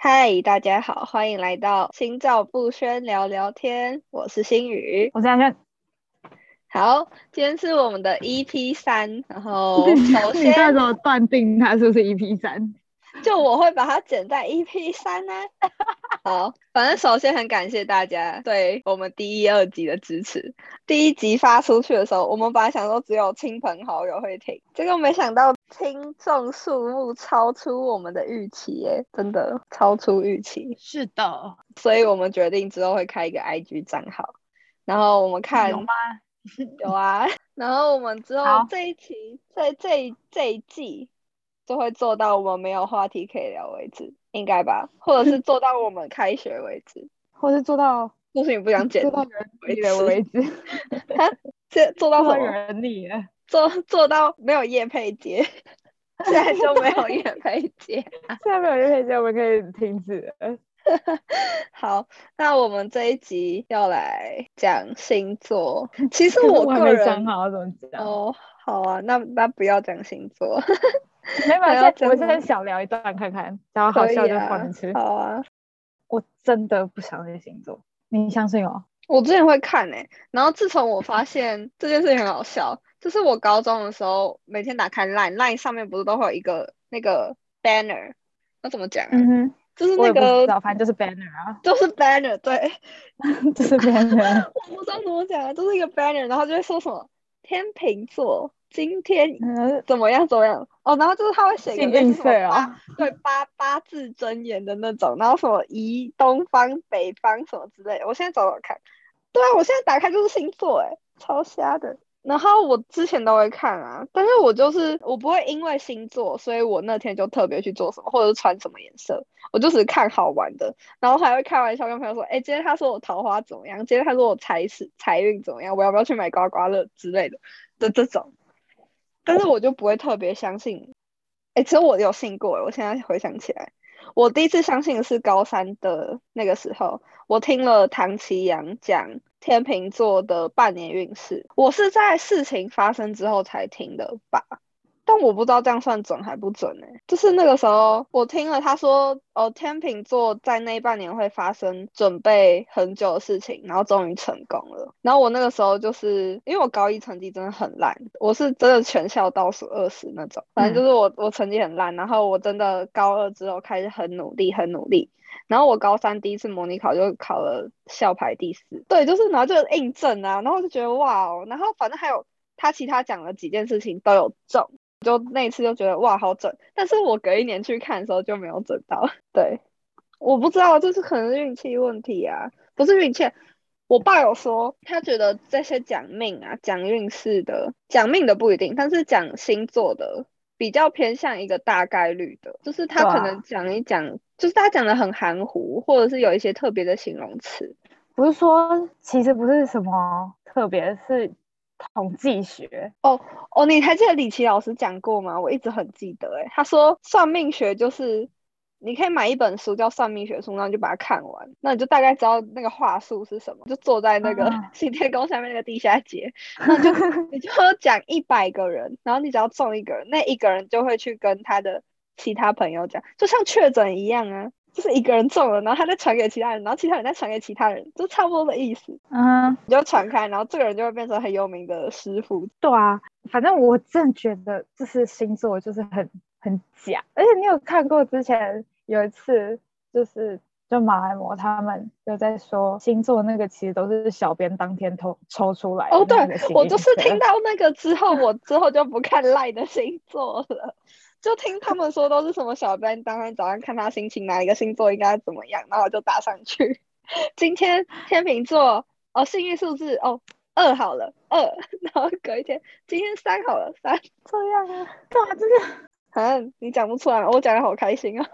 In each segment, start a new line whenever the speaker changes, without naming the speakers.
嗨，大家好，欢迎来到心照不宣聊聊天，我是心宇。
我这样看，
好，今天是我们的 EP 三，然 后首
你到
先
时候断定他是不是 EP 三？
就我会把它剪在 EP 三呢、 好，反正首先很感谢大家对我们第一、二集的支持。第一集发出去的时候，我们本来想说只有亲朋好友会听，结果没想到听众数目超出我们的预期耶，真的超出预期。
是的，
所以我们决定之后会开一个 IG 账号，然后我们看
有吗？
有啊，然后我们之后
好
这一期在这一这一季就会做到我们没有话题可以聊为止，应该吧？或者是做到我们开学为止，
或是做到
或是你不想剪
做到有人
为
腻
止
了为止，
这做到
做
什
到有
么？
人腻了。
做做到没有叶配接，现在就没有叶配接。
现在没有人可以接，我们可以停止了。
好，那我们这一集要来讲星座。其实
可是
我
还
个
没
人
想好要怎么讲。啊
哦，好啊，那那不要讲星
哦
座，
没有，
还要
我
讲
先我
吗
先小聊一段看看，然后好
可
笑
以
就
啊
放进去。
好啊。
我真的不相信星座，你相信我？
我之前会看诶、然后自从我发现这件事情很好笑，就是我高中的时候每天打开 Line，Line 上面不是都会有一个那个 banner，那怎么讲啊？
哼，
就是
嗯
那
我也不知
个
道，反正就是 banner 啊，
就是 banner，对，
就是 banner。
我不知道怎么讲啊，就是一个 banner，然后就会说什么天秤座今天
嗯，
怎么样怎么样哦，然后就是他会写一个
幸
类
运
似什么
色
八
啊。
对八八字真言的那种，然后什么宜东方北方什么之类的，我现在找找看。对啊，我现在打开就是星座，哎，超瞎的。然后我之前都会看啊，但是我就是我不会因为星座，所以我那天就特别去做什么，或者是穿什么颜色，我就只看好玩的，然后还会开玩笑跟朋友说，哎，今天他说我桃花怎么样，今天他说我财势财运怎么样，我要不要去买刮刮乐之类的的这种，但是我就不会特别相信哎、欸，其实我有信过欸，我现在回想起来，我第一次相信的是高三的那个时候，我听了唐奇阳讲天秤座的半年运势，我是在事情发生之后才听的吧，但我不知道这样算准还不准呢、欸就是那个时候我听了他说，哦，天秤座在那半年会发生准备很久的事情，然后终于成功了。然后我那个时候就是因为我高一成绩真的很烂，我是真的全校倒数二十那种，反正就是我我成绩很烂，然后我真的高二之后开始很努力，很努力。然后我高三第一次模拟考就考了校排第四，对，就是然后就印证啊，然后我就觉得哇哦，然后反正还有他其他讲的几件事情都有中，就那一次就觉得哇好准，但是我隔一年去看的时候就没有准到， 对，我不知道，就是可能是运气问题啊，不是运气。我爸有说，他觉得这些讲命啊、讲运势的、讲命的不一定，但是讲星座的比较偏向一个大概率的，就是他
对啊
可能讲一讲，就是他讲的很含糊，或者是有一些特别的形容词。
不是说其实不是什么特别，是统计学。
哦，你还记得李奇老师讲过吗？我一直很记得、欸，他说算命学就是你可以买一本书叫《算命学书》，然后你就把它看完，那你就大概知道那个话术是什么，就坐在那个
啊
行天宫下面那个地下街，那你就你就讲一百个人，然后你只要中一个人，那一个人就会去跟他的其他朋友讲，就像确诊一样啊。就是一个人中了，然后他再传给其他人，然后其他人再传给其他人，就差不多的意思。
嗯，
你就传开，然后这个人就会变成很有名的师傅
对啊，反正我真的觉得就是星座就是很很假，而且你有看过之前有一次就是。就马来模他们有在说星座那个其实都是小编当天抽抽出来的
哦，对
那个幸
我
运
就是
色
听到那个之后，我之后就不看赖的星座了，就听他们说都是什么小班，当天早上看他心情哪一个星座应该怎么样，然后我就打上去。今天天秤座哦，幸运数字哦二好了二， 然后隔一天今天三好了三，
这样啊，干嘛这个？
啊，你讲不出来吗，我讲的好开心哦。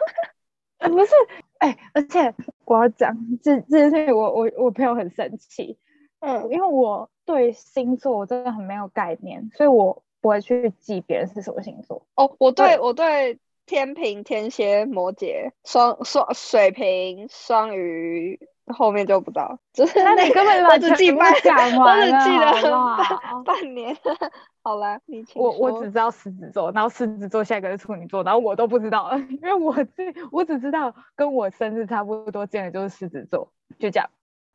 呃不是，哎、而且我要讲这这件事情我，我我朋友很生气，
嗯
因为我对星座我真的很没有概念，所以我不会去记别人是什么星座。
哦，我对
对
我对天平、天蝎、摩羯、双双水瓶、双鱼、后面就不知道，就是
那你
个
根本
我
把
只
全
记
部
半，
讲
我
完
只
了
记得
好不好
半年。 好啦，你请
我我
说
只知道狮子座，然后狮子座下一个是处女座，然后我都不知道， 因为我只我只知道跟我生日差不多见的就是狮子座，就这样。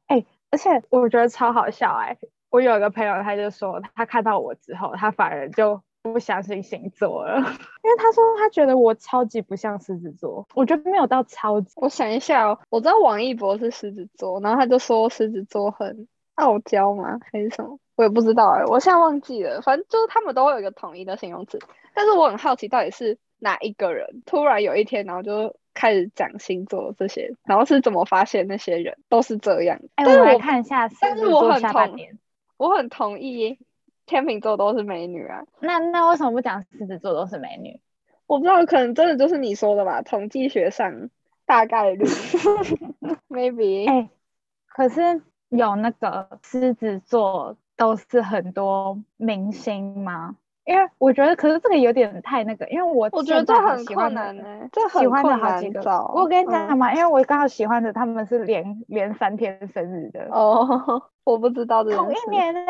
哎、而且我觉得超好笑哎、我有一个朋友他就说他看到我之后，他反而就不相信星座了，因 为他说他觉得我超级不像狮子座，我觉得没有到超级，
我想一下哦，我知道王一博是狮子座，然后他就说狮子座很傲娇吗？还是什么？我也不知道哎、我现在忘记了。反正就是他们都会有一个统一的形容词，但是我很好奇到底是哪一个人突然有一天，然后就开始讲星座这些，然后是怎么发现那些人都是这样。
哎、
但是
我来
我
看一下狮
但是
子
我
座
很
下半
同
年。
我很同意，天秤座都是美女啊。
那那为什么不讲狮子座都是美女？
我不知道，可能真的就是你说的吧，统计学上大概 率，maybe。
哎、可是有那个狮子座都是很多明星吗？因为我觉得，可是这个有点太那个，因为我
我觉得这
现在好
很
喜
困
欢的
难欸呢、这
喜
很
欢的
困
好几
难
个。
找。
我跟你讲
嗯
嘛，因为我刚好喜欢的他们是连连三天生日的，
哦， 我不知道这
同
件
一
事
年呢、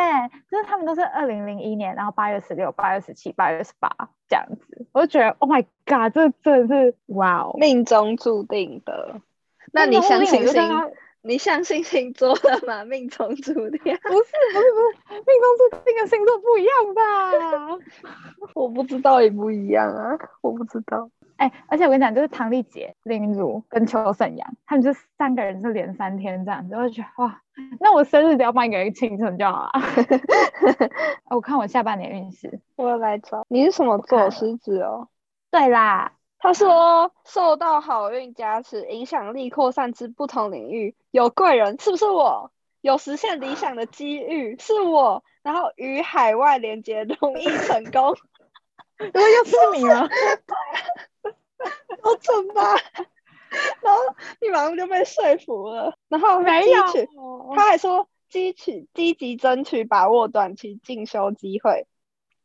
就是他们都是二零零一年，然后八月十六、八月十七、八月十八这样子，我就觉得 Oh my God，这真的是哇哦！
命中注定的。那
真
你
的我
相
有
信
就跟
星
他？
你相信星座了吗？命中注定？
不是不是不是，命中注定跟星座不一样吧？
我不知道一不一样啊，我不知道。
哎、而且我跟你讲，就是唐丽杰、林如跟邱胜阳，他们就三个人是连三天这样子，我就觉得哇，那我生日只要帮一个人庆祝就好了。 我看我下半年运势，
我来找你是什么
看
座？
了
狮子哦。
对啦，
他说受到好运加持，影响力扩散至不同领域，有贵人，是不是我？有实现理想的机遇，是我。然后与海外连接，容易成功。
如果又是你
好
了，
准吧？ 然后你马上就被说服了，然后
没
汲
有
取，
哦
他还说汲取积极争取把握短期进修机会。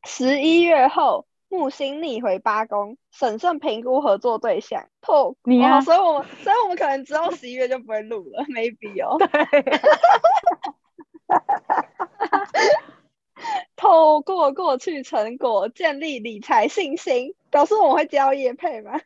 十一月后，木星逆回八宫，审慎评估合作对象，透
你
哦
啊
所以我们所以我们可能之后十一月就不会录了，maybe 哦。
对，
透过过去成果建立理财信心，表示我们会交业配吗？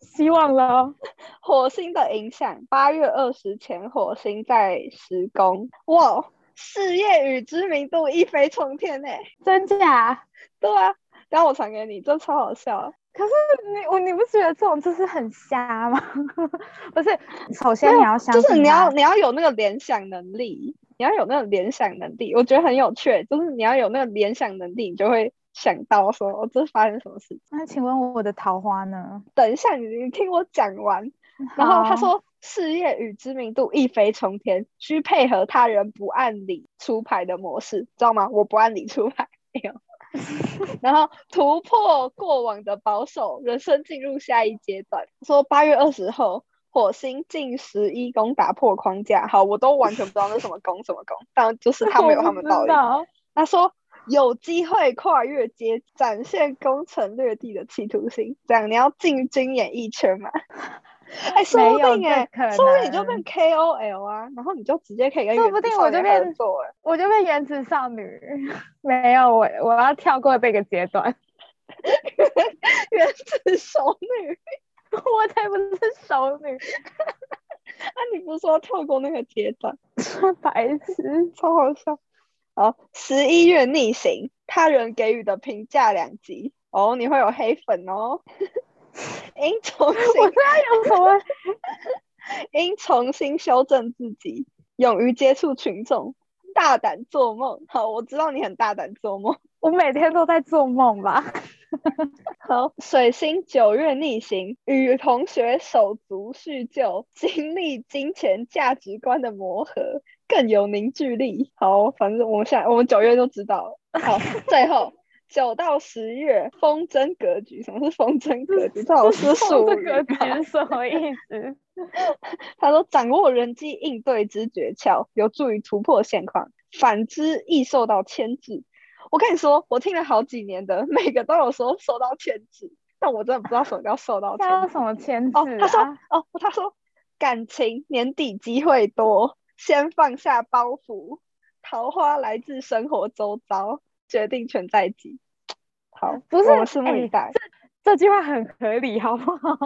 希望哦喽。
火星的影响，八月二十前火星在十宫，哇，事业与知名度一飞冲天呢、
真假？
对啊，然后我传给你，这超好笑啊。
可是你我你不觉得这种就是很瞎吗？ 不是，首先
没有
你要相
就
信他，
是你要你要有那个联想能力，你要有那个联想能力，我觉得很有趣，欸就是你要有那个联想能力，你就会想到说，哦，这发生什么事。
那请问我的桃花呢？
等一下你你听我讲完，然后他
好
说，事业与知名度一飞冲天，需配合他人不按理出牌的模式，知道吗？我不按理出牌。没有 然后突破过往的保守，人生进入下一阶段。说八月二十后，火星进十一宫打破框架。好，我都完全不知道那是什么宫什么宫，但就是他们有他们的道理。
理。
他说有机会跨越阶，展现攻城略地的企图心。这样你要进军演艺圈嘛？哎、说
没
不
有
定
这
哎、
可
说不定你就变
能
KOL 啊，然后你就直接可以跟
说
原
不
子
定
少
我就
年
变
合作、欸。
我就变原子少女， 没有我，我要跳过这个阶段，
原子熟女，
我才不是熟 女，
啊，你不是说跳过那个阶段？
白痴。
超好笑。好，十一月逆行，他人给予的评价两极。哦，你会有黑粉哦。 应重新
我这样有什么？
应重新修正自己，勇于接触群众，大胆做梦。好，我知道你很大胆做梦。
我每天都在做梦吧？
好，水星九月逆行，与同学手足叙旧，经历金钱价值观的磨合，更有凝聚力。好，反正我们现在我们九月就知道了。好，最后。九到十月风筝格局，什么是风筝格局？ 这好像是术
这
语啊
个
吧
是什么意 思？
他说，掌握人际应对之诀窍，有助于突破现况；反之，易受到牵制。我跟你说，我听了好几年的，每个都有说受到牵制，但我真的不知道什么叫受到牵
叫
制。
什么签字、
哦
啊？，
他说，哦，他说，感情年底机会多，先放下包袱，桃花来自生活周遭，决定权在己。好，
不是
我们拭目以
哎
待。
这句话很合理，好不好？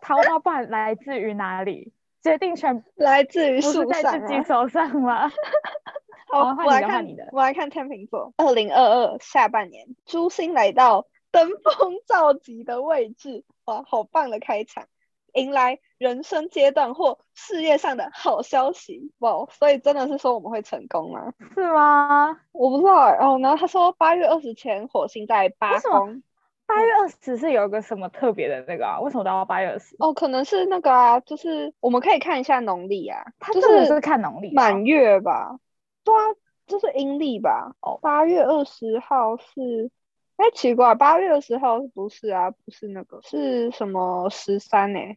桃花瓣来自于哪里？决定权
来自于
不是
树
在
上
自己
啊！
手上吗？
好，
好换
我来
你的换
看
你的
我来看天秤座，二零二二下半年，朱星来到登峰造极的位置，哇，好棒的开场，迎来人生阶段或事业上的好消息，哇！所以真的是说我们会成功吗？
是吗？
我不知道欸哦。然后他说八月二十前火星在八
为什么
宫，
八月二十是有一个什么特别的那个啊？为什么都要八月二十？
哦，可能是那个啊，就是我们可以看一下农历啊，
他
就
真的
是
是看农历的哦
满月吧？对啊，就是阴历吧？
哦
八月二十号是，哎，奇怪，八月二十号是不是啊？不是那个，是什么十三欸呢？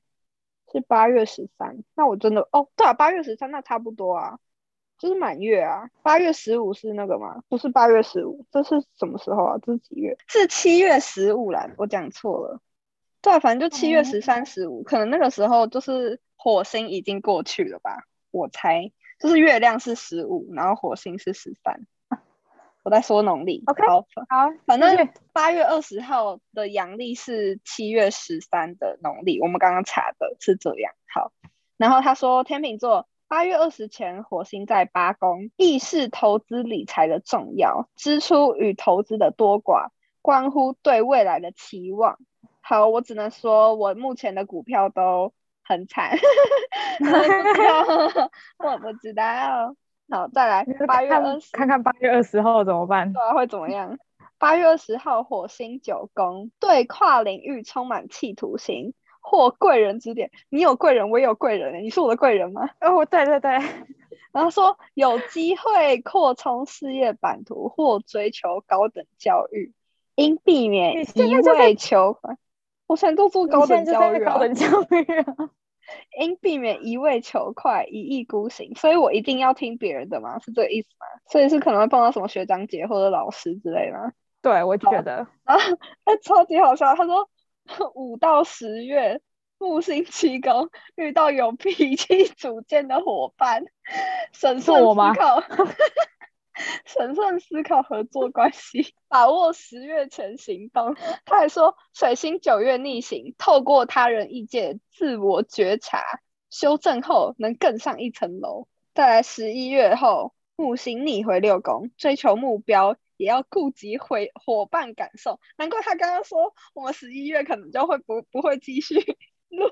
是八月十三。那我真的，哦，对啊，八月十三，那差不多啊，就是满月啊。八月十五是那个吗？不是八月十五，这是什么时候啊？这是几月？是七月十五啦，我讲错了。对啊，反正就七月
哦
十三、十五，可能那个时候就是火星已经过去了吧，我猜。就是月亮是十五，然后火星是十三。 我在说农历。
OK
好，
好，
反
继续
正八月二十号的阳历是七月十三的农历，我们刚刚查的是这样。好，然后他说天秤座八月二十前火星在八宫，意识投资理财的重要，支出与投资的多寡关乎对未来的期望。好，我只能说我目前的股票都很惨， 我不知道， 我不知道。好，再来
你就
八月
看
二十。
看看八月二十号怎么办？
对啊，会怎么样？八月二十号，火星九宫对跨领域充满企图心，获贵人指点。你有贵人，我也有贵人欸，你是我的贵人吗？
哦，对对对，
然后说有机会扩充事业版图或追求高等教育，应避免
你现
一
在就在
味求快。我现在都做高等
你现在
教
就在
育、
那
啊，
高等教育啊，
应避免一味求快、一意孤行，所以我一定要听别人的吗？是这个意思吗？所以是可能会碰到什么学长姐或者老师之类吗？
对我觉得
啊，他超级好笑。他说五到十月木星七宫遇到有脾气主见的伙伴，审
是
慎
我
思
吗
考，审慎思考合作关系，把握十月前行动。他还说水星九月逆行，透过他人意见自我觉察，修正后能更上一层楼。再来十一月后，木星逆回六宫，追求目标也要顾及回伙伴感受。难怪他刚刚说我们十一月可能就会不不会继续 录。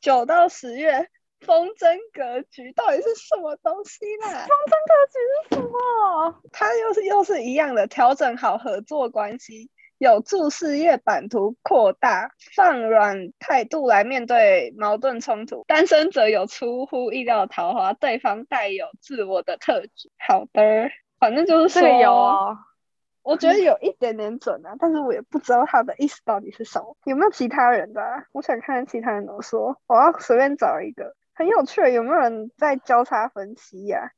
九到十月风筝格局到底是什么东西啦？
这个局是什么？
它又是又是一样的，调整好合作关系，有助事业版图扩大，放软态度来面对矛盾冲突。单身者有出乎意料的桃花，对方带有自我的特质。好的，反正就是
这
说，
个有哦，
我觉得有一点点准啊，但是我也不知道他的意思到底是什么。有没有其他人的、啊？我想看看其他人怎么说。我要随便找一个很有趣的，有没有人在交叉分析呀、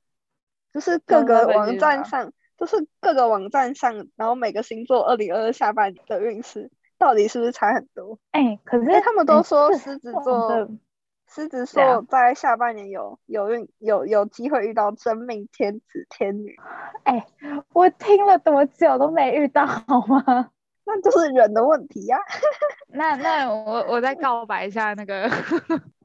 就是各
交叉
个
分析
网
是
站
吧
上，就是各个网站上，然后每个星座二零二二下半年的运势到底是不是差很多？
哎，可
因为
是
他们都
你
说
这
狮子
种
座
的，
狮子
怎样
座在下半年有有运有有机会遇到真命天子天女，
我听了多久都没遇到好吗？
那就是人的问题呀、
那那我我再告白一下那个，我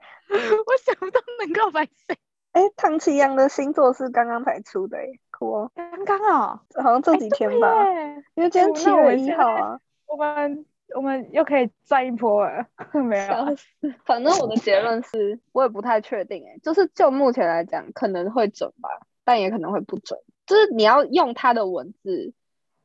想不到能告白谁。
哎，唐奇阳的星座是刚刚才出的耶，酷哦，
刚刚哦，
好像这
哎
几
对
天吧，
耶
因为今天
哦
七
那我
月
们
一
现
号
在
啊，
我们我们又可以赚一波了， 没有啊
笑死。反正我的结论是，我也不太确定哎，就是就目前来讲，可能会准吧，但也可能会不准，就是你要用它的文字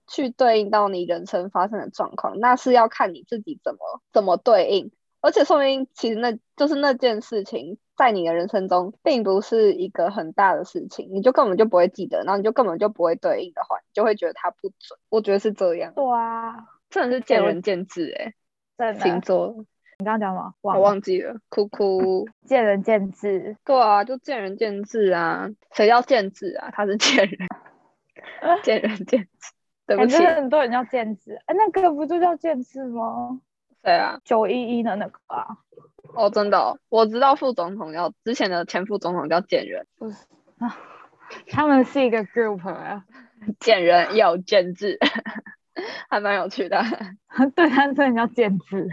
去对应到你人生发生的状况，那是要看你自己怎么怎么对应，而且说明其实那就是那件事情在你的人生中并不是一个很大的事情，你就根本就不会记得，然后你就根本就不会对应的话，你就会觉得它不准。我觉得是这样，
对啊，
真的是见仁见智哎、
真的。
星座
你刚刚讲什么？
我
忘了
忘记了，哭哭。
见仁见智。
对啊，就见仁见智啊，谁叫见智啊？他是见人，见仁见智。对不
反
起，
哎正很多人叫见智，哎，那个不就叫见智吗？
谁啊？
九一一的那个啊，
哦，真的哦、我知道副总统叫之前的前副总统叫贱人，
啊他们是一个 group 啊，
贱人也有贱字， 还蛮有趣的。
对他真的叫简 直。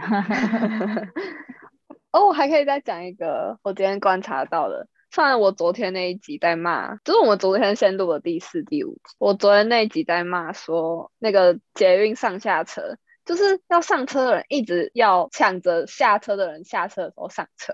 哦，我还可以再讲一个我今天观察到的。虽然我昨天那一集在骂，就是我们昨天先录的第四、第五集，我昨天那一集在骂说那个捷运上下车，就是要上车的人一直要抢着下车的人下车的时候上车，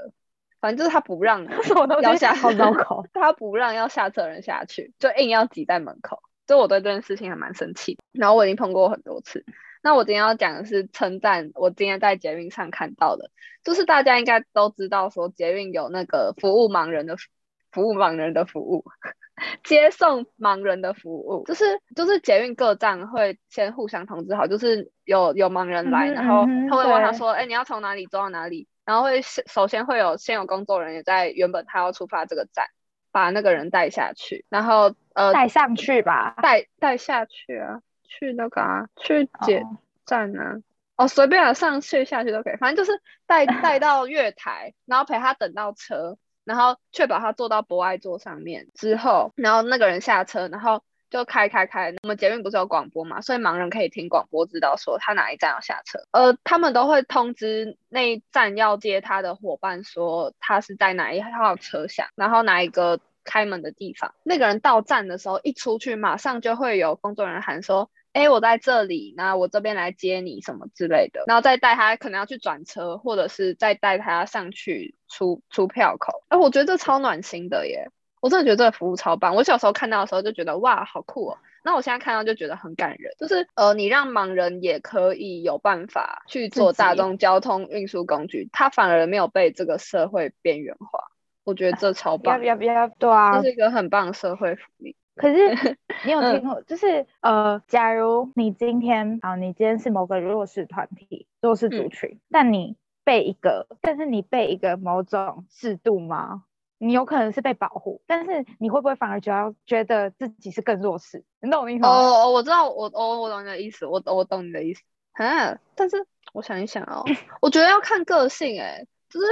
反正就是他不让
什么东
要
西？
下
好 绕口。
他不让要下车的人下去，就硬要挤在门口。所以我对这件事情还蛮生气的。然后我已经碰过很多次。那我今天要讲的是称赞我今天在捷运上看到的，就是大家应该都知道说捷运有那个服务盲人的服服务盲人的服务， 接送盲人的服务，就是就是捷运各站会先互相通知好，就是有有盲人来，
嗯哼
然后
嗯哼
他会问他
对
说，哎、你要从哪里走到哪里？然后会先首先会有先有工作人员在原本他要出发这个站，把那个人带下去，然后呃
带上去吧。
带带下去啊，去那个啊，去解
哦
站啊，哦，随便啊，上去下去都可以，反正就是带带到月台，然后陪他等到车，然后确保他坐到博爱座上面之后，然后那个人下车，然后就开开开。我们捷运不是有广播嘛，所以盲人可以听广播知道说他哪一站要下车。呃，他们都会通知那一站要接他的伙伴说他是在哪一号车厢，然后哪一个。开门的地方，那个人到站的时候，一出去马上就会有工作人员喊说：“哎，我在这里，那我这边来接你什么之类的，然后再带他可能要去转车，或者是再带他上去出出票口。哎、我觉得这超暖心的耶！我真的觉得这个服务超棒。我小时候看到的时候就觉得哇，好酷哦。那我现在看到就觉得很感人，就是呃，你让盲人也可以有办法去做
自己
大众交通运输工具，他反而没有被这个社会边缘化。我觉得这超棒
要
的，
要要，对啊
这。是一个很棒的社会福利。
可是你有
嗯
听过，就是呃，假如你今天好，你今天是某个弱势团体、弱势族
嗯
群，但你被一个，但是你被一个某种制度吗？你有可能是被保护，但是你会不会反而觉得觉得自己是更弱势？你懂我的意思
哦
吗？
哦，我知道，我哦，我懂你的意思，我我懂你的意思。啊，但是我想一想哦， 我觉得要看个性、欸，就是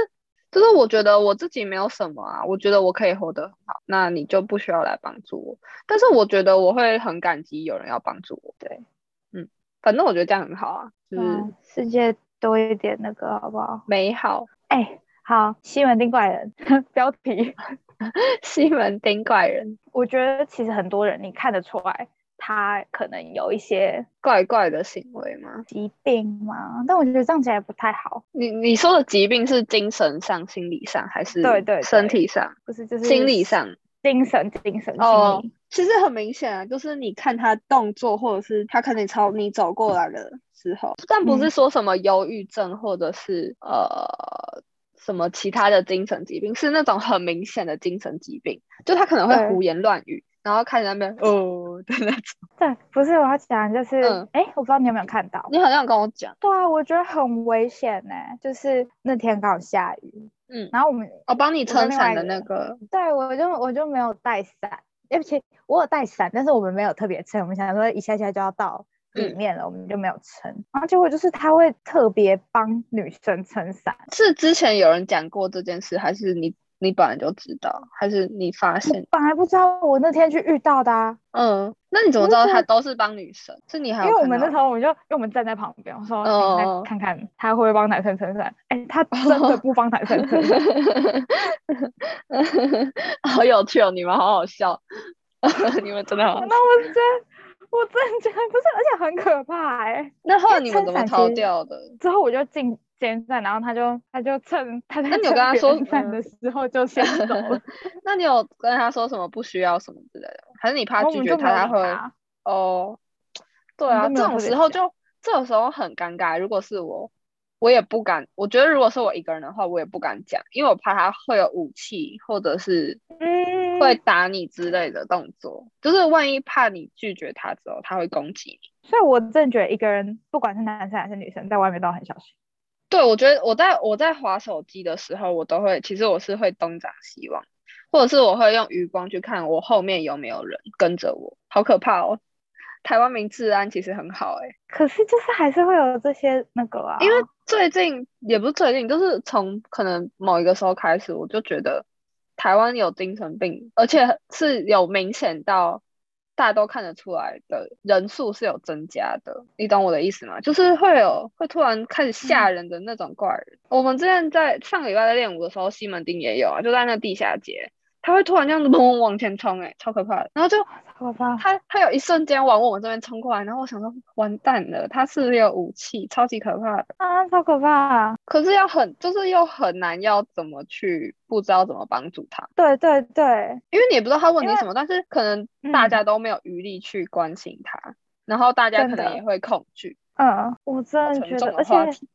就是，我觉得我自己没有什么啊，我觉得我可以活得很好，那你就不需要来帮助我。但是我觉得我会很感激有人要帮助我。
对，
嗯，反正我觉得这样很好啊，就是
嗯，世界多一点那个好不好？
美好。
哎、好，西门町怪人 标题，
西门町怪人，
我觉得其实很多人你看得出来，他可能有一些
怪怪的行为吗？
疾病嘛，但我觉得这样起来不太好，
你你说的疾病是精神上、心理上，还是
对对
身
对
体上、
不是就是
心理上？
精神、精神、心理，
哦其实很明显啊，就是你看他动作，或者是他可能朝你走过来的时候，但不是
嗯
说什么忧郁症或者是呃什么其他的精神疾病，是那种很明显的精神疾病，就他可能会
对
胡言乱语，然后看着那边哦的那种。
对，不是我要讲就是
嗯，
哎、我不知道你有没有看到，
你好像有跟我讲，
对啊，我觉得很危险呢、就是那天刚好下雨，
嗯，
然后我们
哦，帮你
我跟
撑
另外
伞
一
的
个
那个，
对，我就我就没有带伞，对不起，我有带伞，但是我们没有特别撑，我们想说一下下就要到里
嗯
面了，我们就没有撑。然后结果就是他会特别帮女生撑伞，
是之前有人讲过这件事，还是你你本来就知道，还是你发现？
本来不知道我那天去遇到的啊，
嗯，那你怎么
我
知
就
道
觉
他
得
都是帮女生？是你还
因
有
为我
看
们那
到
时候我们就因为我们站在旁边，我说、哦，
哦
来看看他会不会帮男生撑伞，哎，他真 的不帮男生撑伞，
好有趣哦，你们好好笑， 你们真的好好笑。
那我真我真的觉得不是，而且很可怕哎、
那后来
因为
你们
撑
怎么
伞
逃
其实
掉的？
之后我就进监站，然后他就他就趁他在
那你有
撑
跟他
别
说
人
嗯
站的时候就先走 了，
那你有跟他说什么不需要什么之类的吗？还是你怕
然哦后我
拒
们
绝
就没有
他
理
会？
他
哦，对
我们
啊，
就没
这种
有特别
时候
讲
就这种时候很尴尬。如果是我，我也不敢。我觉得如果是我一个人的话，我也不敢讲，因为我怕他会有武器，或者是
嗯，
会打你之类的动作。就是万一怕你拒绝他之后，他会攻击你。
所以我真的觉得一个人不管是男生还是女生，在外面都很小心。
对，我觉得我在我在划手机的时候，我都会，其实我是会东张西望，或者是我会用余光去看我后面有没有人跟着我，好可怕哦！台湾名治安其实很好哎、
可是就是还是会有这些那个啊，
因为最近也不是最近，就是从可能某一个时候开始，我就觉得台湾有精神病，而且是有明显到大家都看得出来的人数是有增加的，你懂我的意思吗？就是会有会突然开始吓人的那种怪人。我们之前在上个礼拜在练舞的时候，西门町也有啊，就在那地下街，他会突然这样子 猛往前冲，哎，超可怕的。然后就
好吧，
他他有一瞬间往我们这边冲过来，然后我想说完蛋了，他是不是有武器？超级可怕的。
啊，超可怕、啊！
可是要很，就是又很难要怎么去，不知道怎么帮助他，
对对对，
因为你也不知道他问
因
你
为
什么，但是可能大
嗯
家都没有余力去关心他，然后大家
真
可能
的
也会恐惧，
嗯，我真的
沉
觉得
重，的
而
话
且
题。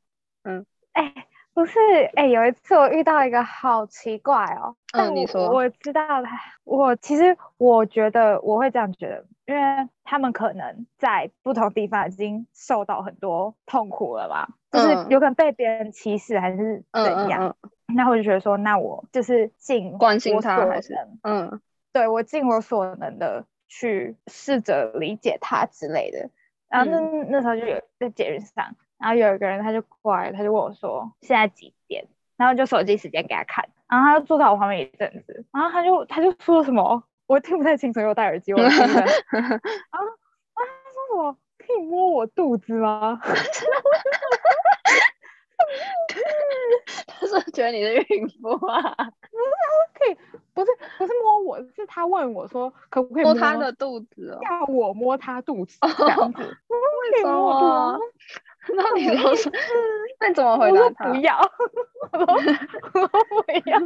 哎，不是哎，有一次我遇到一个好奇怪哦，但
嗯，你
我
说，
我知道他，我其实我觉得我会这样觉得，因为他们可能在不同地方已经受到很多痛苦了吧，就是
嗯
有可能被别人歧视还是
嗯
怎
嗯
样，
嗯
那我就觉得说，那我就是尽
关心
我
他
所
还是
能
嗯
对我尽我所能的去试着理解他之类的。然后那、
嗯
那时候就有在节日上，然后有一个人他就过来，他就问我说现在几点，然后就手机时间给他看，然后他就坐在我旁边一阵子，然后他就他就说什么我听不太清楚，因为我戴耳机，我听不 太清楚啊，他说什么可以摸我肚子吗？
他是觉得你是孕妇啊，
可以不是不是摸我，是他问我说可不可以
摸他的肚子哦，
要我摸他肚子这样子，为
为什么？那你
我
说
意
是
思？
那你怎么回答
我说
他？
不要， 我说我说不要，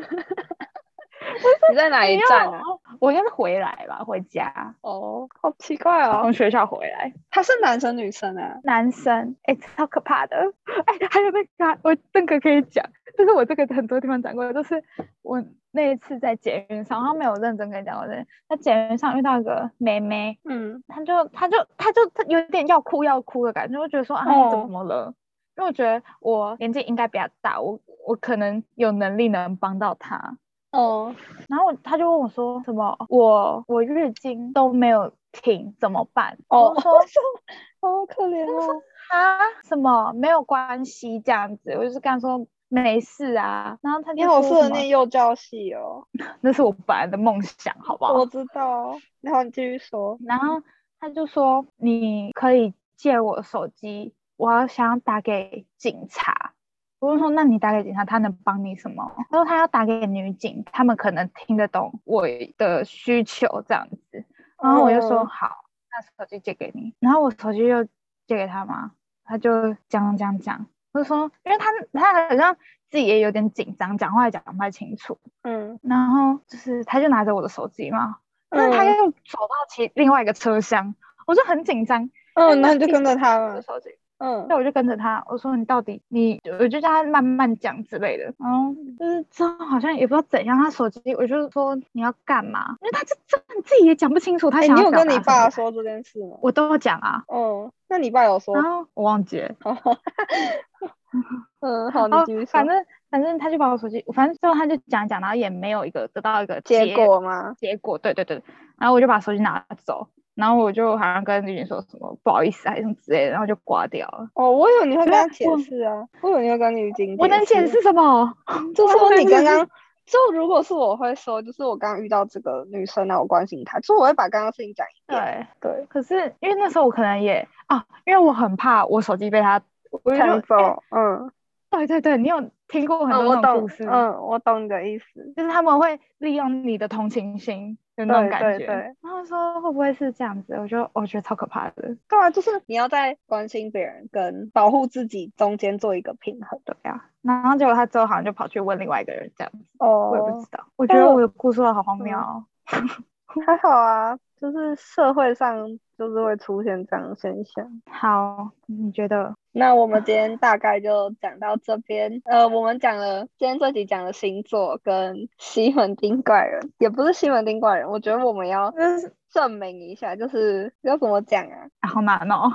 你在哪
不
里站啊？
要，我应该是回来吧，回家，
哦，好奇怪哦
从，学校回来。
他是男生女生啊？
男生，哎、超可怕的，哎、还有那个啊、我那个可以讲，就是我这个很多地方讲过，就是我那一次在捷运上，他没有认真跟你讲过这件事，在捷运上遇到一个妹妹，
嗯
他就他就他就他有点要哭要哭的感觉，我觉得说啊，你怎
哦
么了？因为我觉得我年纪应该比较大，我我可能有能力能帮到他。
哦，
然后他就问我说什么，嗯我我日经都没有停怎么办？
哦
我说
好可怜哦。
啊什么没有关系这样子，我就是跟他说没事啊。然后他就
你好适
说
合
什么
念幼教系哦，
那是我本来的梦想，好不好？
我知道。然后你继续说，
然后他就说：“你可以借我手机，我要想打给警察。”我就说：“那你打给警察，他能帮你什么？”他说：“他要打给女警，他们可能听得懂我的需求这样子。”然啊后我就说：“
嗯
好，那手机借给你。”然后我手机就借给他嘛，他就讲讲讲，我就说，因为他他好像自己也有点紧张，讲话也讲不太清楚。
嗯，
然后就是他就拿着我的手机嘛，但是他
嗯
又走到其另外一个车厢，我就很紧张。
嗯，那
他
你就
一
跟
直
着他
我的
了，
手机，
嗯
对，我就跟着他，我说你到底你，我就叫他慢慢讲之类的。然后就是之后好像也不知道怎样，他手机我就说你要干嘛？因为他就真的自己也讲不清楚他
哎，
想
你
要
有
表
跟你
达什
爸
么啊
说这件事吗？
我都有讲啊，
嗯，那你爸有说
然？后我忘记了。
嗯，好，你
哦
继续，说
反。正反正他就把我手机，反正最后他就讲一讲，然后也没有一个得到一个
结果吗？
结果，对对对，然后我就把手机拿走，然后我就好像跟女警说什么不好意思还是什么之类的，然后就挂掉了。
哦，我以为你会跟
对
他
啊
解
我
释啊，我以为你会跟女警
我能解
释，
释什么？
就
我
说
能
你
解
刚
释
刚，就如果是我会说，就是我刚刚遇到这个女生，啊然后我关心她，就是我会把刚刚事情讲一遍。
对，
对，
可是因为那时候我可能也啊，因为我很怕我手机被他，我就
抢
说、哎
走，嗯，
对对对，你有听过
嗯，
很多
我
那种故
懂，
事，
嗯，我懂你的意思。
就是他们会利用你的同情心的那种
对
感
对
觉。
对
然后说会不会是这样子？我就我觉得超可怕的。
对啊，就是你要在关心别人跟保护自己中间做一个平衡。
对啊，然后结果他之后好像就跑去问另外一个人这样子，我也不
哦
知，道。我觉
但
得
我
我的故事好荒
嗯
谬哦。
还好啊，就是社会上就是会出现这样的现象。
好，你觉得？
那我们今天大概就讲到这边。呃，我们讲了今天这集讲了星座跟西门町怪人，也不是西门町怪人，我觉得我们要
就是
证明一下，就是要怎么讲啊？
啊好难哦。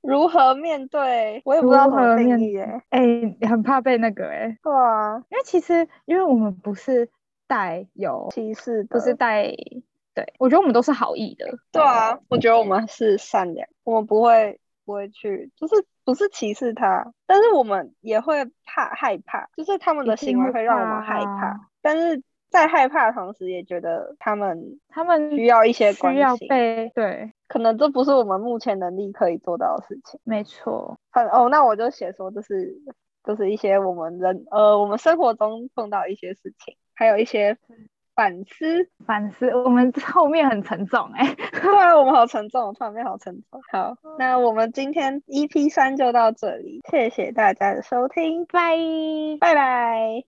如何面对？我也不知道怎么
如何面
定义耶、
哎、很怕被那个哎、
对啊，
因为其实因为我们不是带有，
歧视的，
不是带，对
对，我觉得我们都是好意的，
对啊，我觉得我们是善良，我们不会不会去，就是不是歧视他，但是我们也会怕害怕，就是他们的
一定
行为
会
会让我们
怕
害
啊
怕，但是在害怕的同时，也觉得他们
他们
需要一些关
需要
心，
被对，
可能这不是我们目前能力可以做到的事情。
没错，
很哦，那我就写说，就是就是一些我们人呃，我们生活中碰到一些事情，还有一些反思。
反思我们后面很沉重哎、
突然我们好沉重，突然变好沉重。好，那我们今天 EP 三就到这里，谢谢大家的收听，
拜。
拜拜。